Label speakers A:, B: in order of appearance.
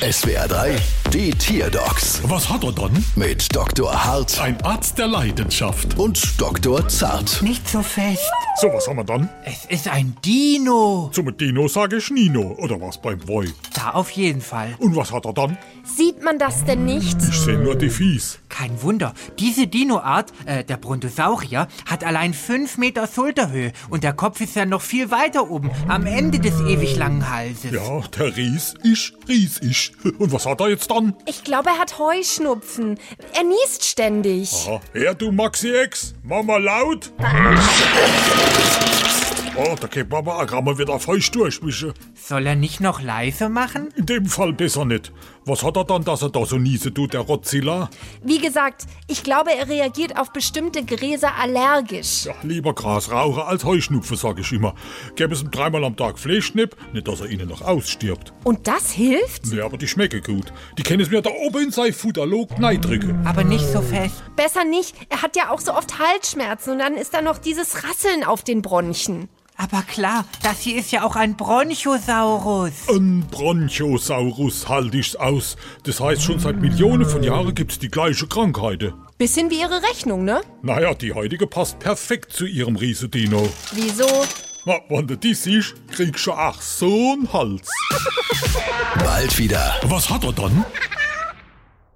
A: SWR 3, die Tierdocs
B: Was hat er dann?
A: mit Dr. Hart
B: Ein Arzt der Leidenschaft.
A: und Dr. Zart.
C: Nicht so fest.
B: So, was haben wir dann?
C: Es ist ein Dino.
B: Zum Dino sage ich Nino. Oder was beim Boy?
C: Da auf jeden Fall.
B: Und was hat er dann?
D: Sieht man das denn nicht?
B: Ich sehe nur die Fies.
C: Kein Wunder. Diese Dinoart, äh, der Brontosaurier, hat allein 5 Meter Schulterhöhe und der Kopf ist ja noch viel weiter oben, am Ende des ewig langen Halses.
B: Ja, der Ries ist riesig. Und was hat er jetzt dann?
D: Ich glaube, er hat Heuschnupfen. Er niest ständig.
B: Ah, her, du Maxi Ex. Mama laut. Oh, da geht Mama Agramme wieder feucht durchmischen.
C: Soll er nicht noch leise machen?
B: äh, In dem Fall besser nicht. Was hat er dann, dass er da so niese tut, der Rotzilla?
D: Wie gesagt, ich glaube, er reagiert auf bestimmte Gräser allergisch.
B: Ja, lieber Grasraucher als Heuschnupfen, sag ich immer. Gäbe es ihm dreimal am Tag Fleischschnipp, nicht, dass er ihnen noch ausstirbt.
D: Und das hilft?
B: Ja, aber die schmecken gut. Die können es mir da oben in sein Futterlog neidrücken.
C: Aber nicht so fest.
D: Besser nicht. Er hat ja auch so oft Halsschmerzen und dann ist da noch dieses Rasseln auf den Bronchien.
C: Aber klar, das hier ist ja auch ein Bronchosaurus.
B: Ein Bronchosaurus halt ich's aus. Das heißt, schon seit Millionen von Jahren gibt's die gleiche Krankheiten.
D: Bisschen wie ihre Rechnung, ne?
B: Naja, die heutige passt perfekt zu ihrem Riesedino.
D: Wieso?
B: Na, wenn du die siehst, kriegst du ach so'n Hals.
A: Bald wieder.
B: Was hat er dann?